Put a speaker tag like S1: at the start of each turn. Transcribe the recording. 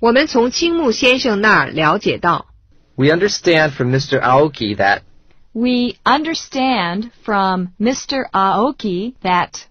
S1: 我们从青木先生那儿了解到
S2: We understand from Mr. Aoki that
S3: We understand from Mr. Aoki that